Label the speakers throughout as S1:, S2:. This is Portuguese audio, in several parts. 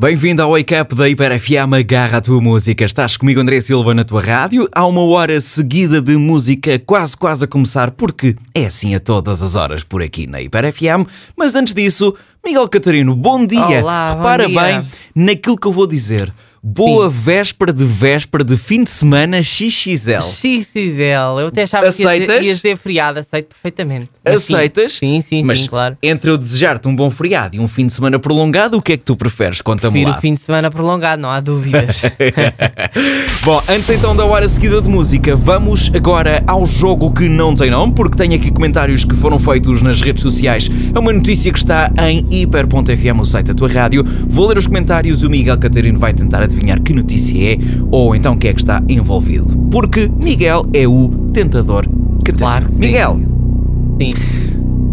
S1: Bem-vindo ao Wake Up da Hiper FM, agarra a tua música. Estás comigo, André Silva, na tua rádio. Há uma hora seguida de música quase, quase a começar, porque é assim a todas as horas por aqui na Hiper FM. Mas antes disso, Miguel Catarino, bom dia.
S2: Olá, bom
S1: Repara
S2: dia.
S1: bem naquilo que eu vou dizer. Boa véspera de véspera de fim de semana XXL.
S2: XXL, eu até achava que
S1: Aceitas?
S2: ias, ias ter feriado, aceito perfeitamente. Mas sim.
S1: Aceitas?
S2: Sim, sim,
S1: Mas
S2: sim, claro.
S1: entre eu desejar-te um bom feriado e um fim de semana prolongado, o que é que tu preferes? Conta-me
S2: Prefiro
S1: lá.
S2: o fim de semana prolongado, não há dúvidas.
S1: Bom, antes então da hora seguida de música, vamos agora ao jogo que não tem nome, porque tem aqui comentários que foram feitos nas redes sociais. É uma notícia que está em hiper.fm, o site da tua rádio. Vou ler os comentários e o Miguel Catarino vai tentar adivinhar que notícia é ou então quem é que está envolvido. Porque Miguel é o tentador Catarino.
S2: Claro que sim.
S1: Miguel,
S2: sim.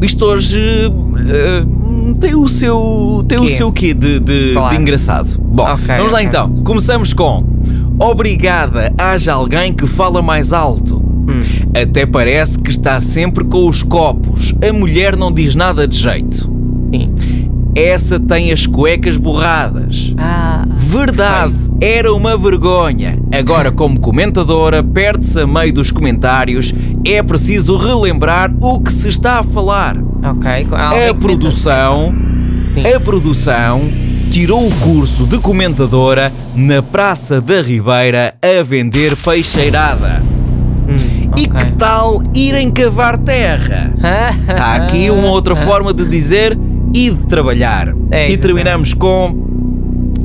S1: isto hoje eh, tem o seu tem o
S2: Quê?
S1: seu quê de, de-
S2: Claro.
S1: de engraçado. Bom,
S2: Ok,
S1: vamos lá
S2: ok.
S1: então. Começamos com obrigada. Haja alguém que fala mais alto.
S2: Hum,
S1: Até parece que está sempre com os copos. A mulher não diz nada de jeito.
S2: Sim.
S1: Essa tem as cuecas borradas.
S2: Ah,
S1: Verdade, era uma vergonha. Agora, como comentadora, perde-se a meio dos comentários. É preciso relembrar o que se está a falar.
S2: ok. co- há alguém
S1: É A
S2: que
S1: produção,
S2: Sim.
S1: a produção tirou o curso de comentadora na Praça da Ribeira a vender peixeirada.
S2: tenta- Hum,
S1: E
S2: ok.
S1: que tal irem cavar terra? Há Tá aqui uma outra forma de dizer e de trabalhar.
S2: Ah. É,
S1: e terminamos com.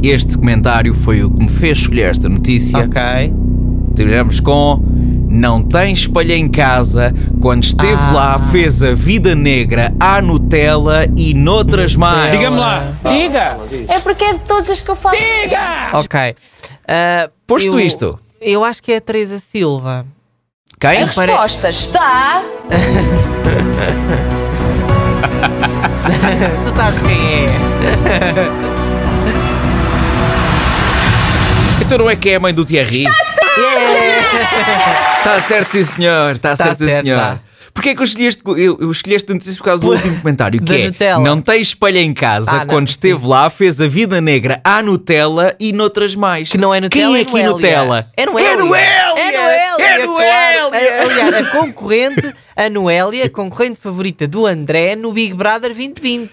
S1: Este comentário foi o que me fez escolher esta notícia.
S2: Ok.
S1: Terminamos com. Não tem espelho em casa, quando esteve
S2: Ah.
S1: lá fez a vida negra à Nutella e noutras mais.
S2: Diga-me lá.
S3: Diga!
S4: É porque é de todas as que eu falo.
S2: Ok. Ah,
S1: Posto
S2: eu-
S1: isto.
S2: Eu acho que é a Teresa Silva.
S1: Quem?
S4: A resposta está.
S2: Tu sabes quem é?
S1: Então não é que é a mãe do Thierry? Está certo, sim senhor. Está
S2: Tá
S1: certo, sim
S2: certo,
S1: senhor.
S2: tá.
S1: Porquê é que eu escolhi este, eu, eu escolhi esta notícia por causa do último comentário?
S2: Da
S1: Que é,
S2: Nutella.
S1: não tem espelho em casa,
S2: Ah, não,
S1: quando esteve lá, fez a vida negra à Nutella e noutras mais.
S2: Que não é Nutella,
S1: Quem é
S2: é
S1: aqui Nutella?
S2: É Noélia.
S1: É Noélia!
S2: É
S1: É Noélia!
S2: Noélia! Aliás, a concorrente, a Noélia, a concorrente favorita do André no Big Brother 2020.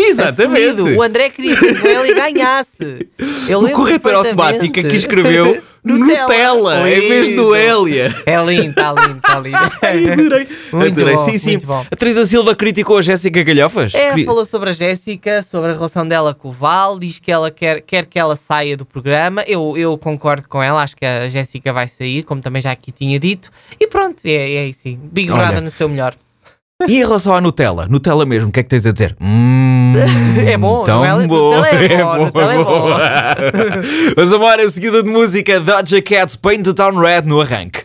S1: Exatamente.
S2: Assumido. O André queria que a Noélia ganhasse. Eu
S1: O
S2: lembro
S1: corretor
S2: perfeitamente.
S1: automático aqui escreveu Nutella,
S2: Nutella.
S1: em vez de
S2: Lindo.
S1: Noélia.
S2: É lindo, está lindo, está
S1: Ai,
S2: lindo.
S1: adorei.
S2: Muito
S1: adorei.
S2: bom,
S1: sim, sim.
S2: muito bom.
S1: A Teresa Silva criticou a Jéssica Galhofas.
S2: É,
S1: Cri-
S2: falou sobre a Jéssica, sobre a relação dela com o Val, diz que ela quer, quer que ela saia do programa. Eu, eu concordo com ela, acho que a Jéssica vai sair, como também já aqui tinha dito. E pronto, é, é assim. Big
S1: Olha.
S2: Brother no seu melhor.
S1: E em relação à Nutella? Nutella mesmo, o que é que tens a dizer? Hum,
S2: É bom,
S1: tão
S2: Nutella é-
S1: bom.
S2: Nutella é bom, Nutella é
S1: Mas agora, seguida de música, Dodger Cat, Paint the Town Red no arranque.